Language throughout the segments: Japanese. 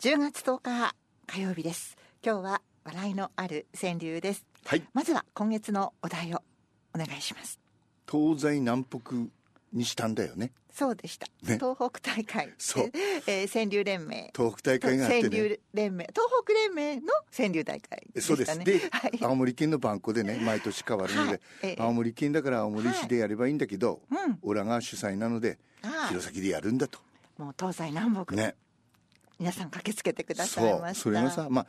10月10日火曜日です今日は笑いのある川柳ですはいまずは今月のお題をお願いします東西南北にしたんだよねそうでした、ね東北大会そうえー川柳連盟東北大会があっ川てね柳連盟東北連盟の川柳大会でそうしでたす、ねで、はい青森県の番号でね毎年変わるので、はいええ青森県だから青森市でやればいいんだけど、うんオラが主催なのであ弘前でやるんだとあもう東西南北、ね皆さん駆けつけてくださそいうましたそれがさまあ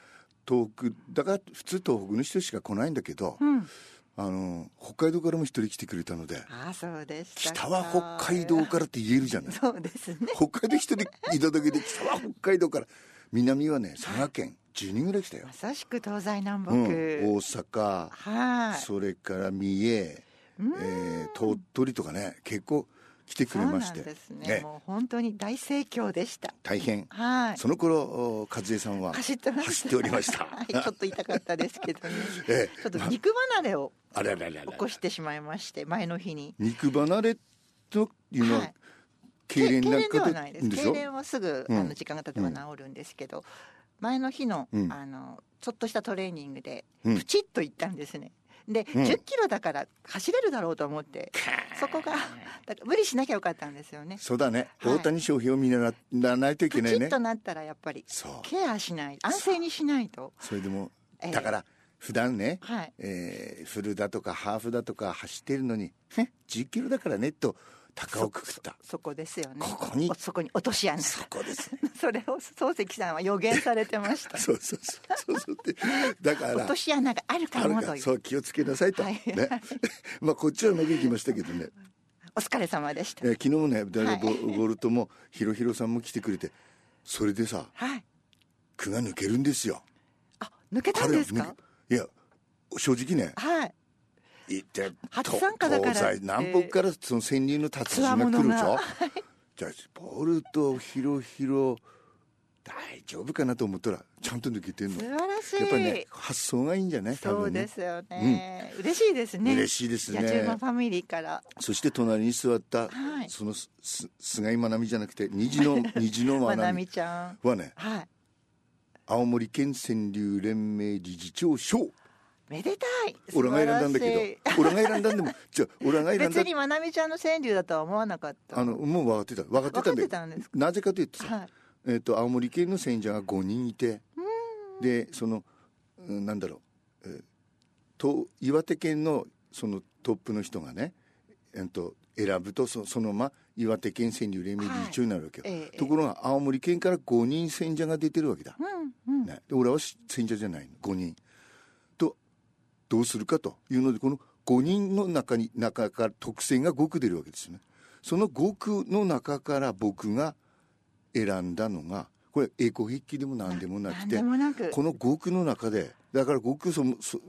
東北だから普通東北の人しか来ないんだけど、うんあの北海道からも一人来てくれたのでああそうでしたか北は北海道からって言えるじゃない そうですね北海道一人いただけで北は北海道から南はね佐賀県10人ぐらい来たよま、さしく東西南北、うん、大阪はいそれから三重、うんえー鳥取とかね結構来てくれましそてうなんですねもう本当に大盛況でした大変はいその頃お和江さんは走ってました走っておりました はいちょっと痛かったですけど ね、ええちょっと肉離れをあれあれあれあれ起こしてしまいまして前の日に肉離れというのは、はい痙攣なんでかはでないですんでし痙ょ攣はすぐ、うんあの時間が経てば治るんですけど、前の日の,、うんあのちょっとしたトレーニングでうんプチッと行ったんですね、で、うん10キロだから走れるだろうと思 ってそこがだから無理しなきゃよかったんですよねそうだね、はい大谷翔平を見習わないといけプなチいッねとなったらやっぱりそうケアしない安静にしないと、それでもええだから普段ね、はい、えーフルだとかハーフだとか走ってるのに「へ10キロだからね」と高をくくったそこですよねここにおそこに落とし穴そこです それを漱石さんは予言されてました そうそうそうそうそうってだから落とし穴があるあかるもかとらいうそう気をつけなさいと、はいね まあこっちはうまくいきましたけどね、お疲れ様でしえたー昨日もねだからボ,、はいボルトもヒロヒロさんも来てくれてそれでさはい苦が抜けるんですよあ抜けたんです彼かは抜けいや正直ねはい言って初と参加だから東西南北からその潜入の達人が来るでし強者ょが じゃあボルトヒロヒロ大丈夫かなと思ったらちゃんと抜けてんの素や晴らしいっぱりね発想がいいんじゃない多そう分ねですよね、嬉しいですね嬉しいですね野獣馬ファミリーからそして隣に座った、はいそのすす菅井愛美じゃなくて 虹の虹のまな愛み美ちゃんはねはい青森県川柳連盟理事長賞めでたい俺が選んだんだ素晴けらしど俺が選んだんでもじゃあ俺がい選んだ別にまなみちゃんの川柳だとは思わなかったあのもう分かってた分かって分たんだかっけてたどんですなぜかというとさ、はいえー、と青森県の選者が5人いてでその、うん、なんだろう、えーと岩手県のそのトップの人がね、えー、と選ぶとそそのまま岩手県川柳連盟理事長になるわけよ、ええところが青森県から5人選者が出てるわけだ、うんうんね、で俺は選者じゃないの5人とどうするかというのでこの5人の中に中から特選が5区出るわけですよねその5区の中から僕が選んだのがこれ栄光筆記でも何でもなく何てでもなくこの5区の中でだから5区そのそ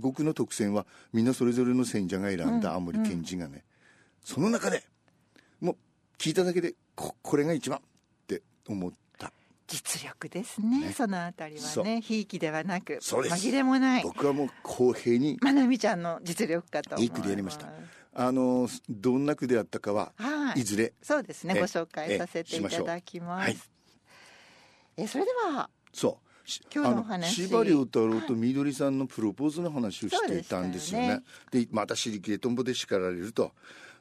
5区の特選はみんなそれぞれの選者が選んだ青森県人がね、その中でもう聞いただけでここれが一番って思った実力ですねねそのあたりそはうねひいきではなくそうです紛れもない僕はもう公平にまなみちゃんの実力かと思いい句でやりましたはあのどんな句であったかは、いい、ずれそうですねえご紹え介えさせていただきますしましょうはいえそれではそうし今日のおあの話司馬遼太郎とみどりさんのプロポーズの話をしていたんですよね。そうでまた尻切れとんぼで叱られると。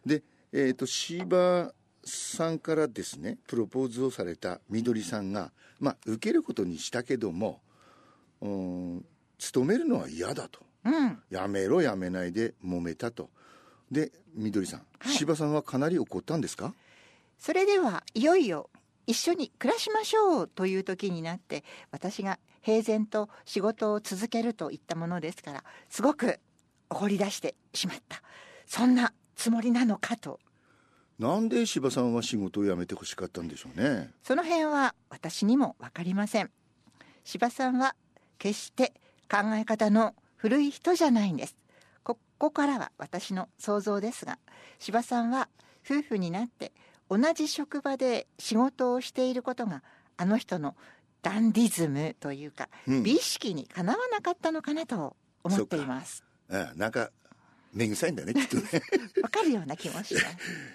で、えー、と司馬さんからですねプロポーズをされたみどりさんが、まあ、受けることにしたけどもうーん勤めるのは嫌だと。うんやめろやめないで揉めたと。でみどりさん、はい司馬さんはかなり怒ったんですかそれではいよいよ一緒に暮らしましょうという時になって私が平然と仕事を続けるといったものですからすごく怒り出してしまったそんなつもりなのかとなんで司馬さんは仕事を辞めてほしかったんでしょうね。その辺は私にも分かりません柴さんは決して考え方の古い人じゃないんですこここからは私の想像ですが柴さんは夫婦になって同じ職場で仕事をしていることがあの人のダンディズムというか、うん美意識にかなわなかったのかなと思っていますああなんかめぐさいんだねきっとね、 わかるような気もします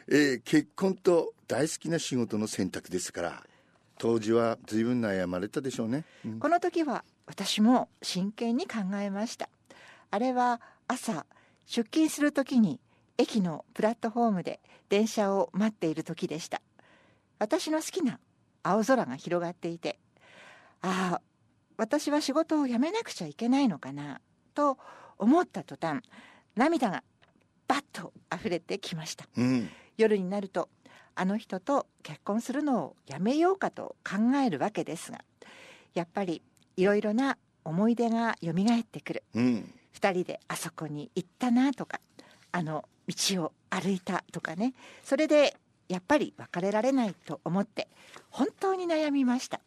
えー結婚と大好きな仕事の選択ですから当時は随分悩まれたでしょうね、うんこの時は私も真剣に考えましたあれは朝出勤する時に駅のプラットホームで電車を待っている時でした私の好きな青空が広がっていてああ私は仕事を辞めなくちゃいけないのかなと思った途端涙がバッと溢れてきましたうん夜になるとあの人と結婚するのをやめようかと考えるわけですがやっぱりいろいろな思い出がよみがえってくるうん2人であそこに行ったなとかあの道を歩いたとかねそれでやっぱり別れられないと思って本当に悩みました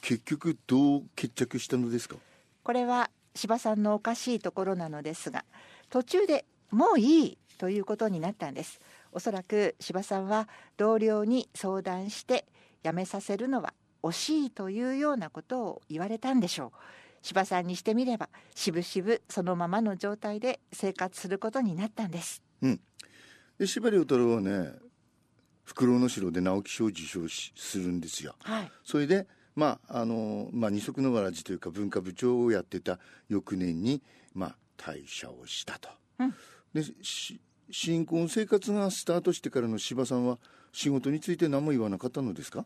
結局どう決着したのですかこれは柴さんのおかしいところなのですが途中でもういいということになったんですおそらく柴さんは同僚に相談して辞めさせるのは惜しいというようなことを言われたんでしょう柴さんにしてみればしぶしぶそのままの状態で生活することになったんですで司馬遼太郎はね福楼の城で直木賞を受賞しするんですよはいそれでまああの、まあ、二足のわらじというか文化部長をやってた翌年に、まあ、退社をしたと、うんでし新婚生活がスタートしてからの司馬さんは仕事について何も言わなかったのですか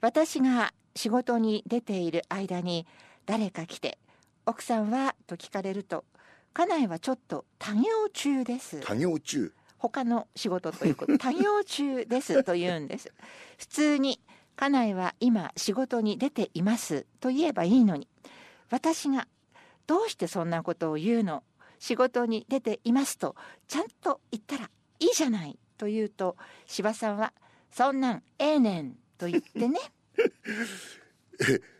私が仕事に出ている間に誰か来て「奥さんは?」と聞かれると「家内はちょっと多業中です」多業中他の仕事という こと多業中ですと言うんです普通に家内は今仕事に出ていますと言えばいいのに私がどうしてそんなことを言うの仕事に出ていますとちゃんと言ったらいいじゃないと言うと柴さんはそんなんええねんと言ってね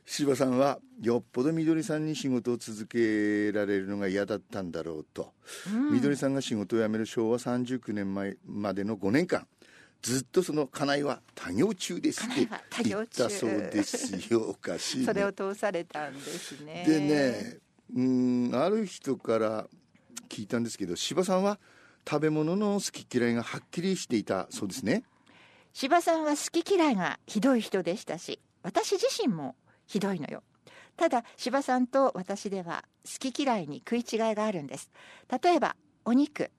司馬さんはよっぽどみどりさんに仕事を続けられるのが嫌だったんだろうとうんみどりさんが仕事を辞める昭和39年前までの5年間ずっとその家内は多業中ですって言ったそうですよおかしい、ね、 それを通されたんですねでねうんある人から聞いたんですけど柴さんは食べ物の好き嫌いがはっきりしていたそうですね柴さんは好き嫌いがひどい人でしたし私自身もひどいのよただ柴さんと私では好き嫌いに食い違いがあるんです例えばお肉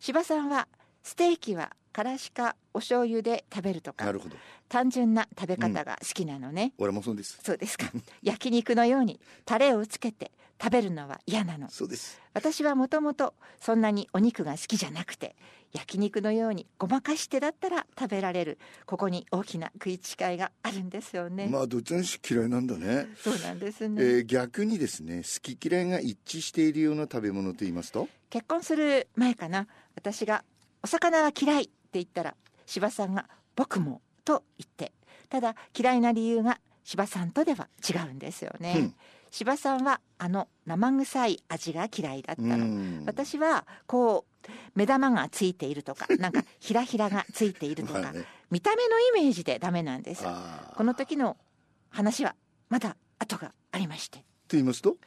柴さんはステーキはからしかお醤油で食べるとなかるほど単純な食べ方が好きなのね、俺もそうですそうですか焼肉のようにタレをつけて食べるのは嫌なのそうです私はもともとそんなにお肉が好きじゃなくて焼肉のようにごまかしてだったら食べられるここに大きな食い違いがあるんですよね、まあどっちにしろ嫌いなんだね、そうなんですえね、ー逆にですね好き嫌いが一致しているような食べ物と言いますと結婚する前かな私が「お魚は嫌い」って言ったら柴さんが「僕も」と言ってただ嫌いな理由が柴さんとでは違うんですよね、うん柴さんはあの生臭い味が嫌いだったうのん私はこう目玉がついている とかなんかひらひらがついているとまかあね見た目のイメージでダメなんですあーこの時の話はまだ後がありましてと言いますと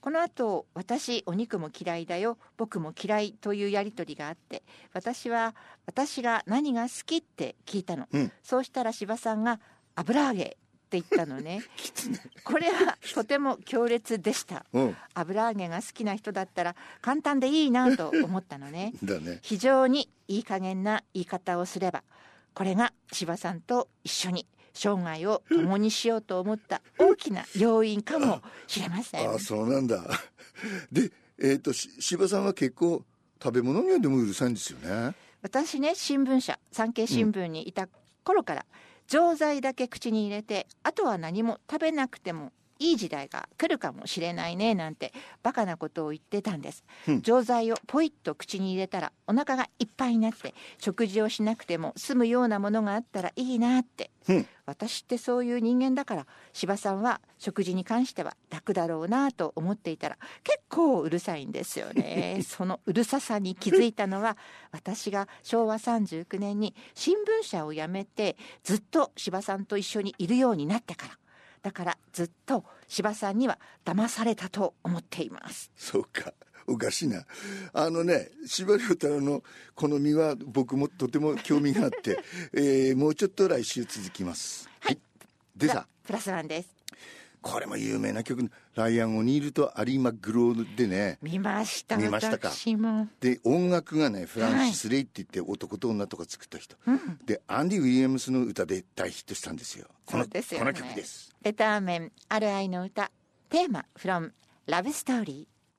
この後私お肉も嫌いだよ僕も嫌いというやり取りがあって私は私が何が好きって聞いたの、うんそうしたら柴さんが油揚げって言ったの ねこれはとても強烈でしたうん油揚げが好きな人だったら簡単でいいなと思ったのねだね非常にいい加減な言い方をすればこれが柴さんと一緒に生涯を共にしようと思った大きな要因かもしれませんああそうなんだ でえっ、とし柴さんは結構食べ物にはでもうるさいんですよね私ね新聞社産経新聞にいた頃から、錠剤だけ口に入れてあとは何も食べなくてもいい時代が来るかもしれないねなんてバカなことを言ってたんです、うん錠剤をポイッと口に入れたらお腹がいっぱいになって食事をしなくても済むようなものがあったらいいなって、うん私ってそういう人間だから柴さんは食事に関しては楽だろうなと思っていたら結構うるさいんですよ ねそのうるささに気づいたのは私が昭和39年に新聞社を辞めてずっと柴さんと一緒にいるようになってからだからずっと柴さんには騙されたと思っていますそうかおかしいなあのね司馬太郎のこの身は僕もとても興味があって、 えーもうちょっと来週続きますはい、でさプラスワンですこれも有名な曲ライアン・オニールとアリー・マグローでね見ました見ましたか私もで音楽がねフランシス・はレイって言って男と女とか作った人、でアンディ・ウィリアムスの歌で大ヒットしたんですよこのそうですよこねの曲ですベターメンある愛の歌テーマ from ラブストーリー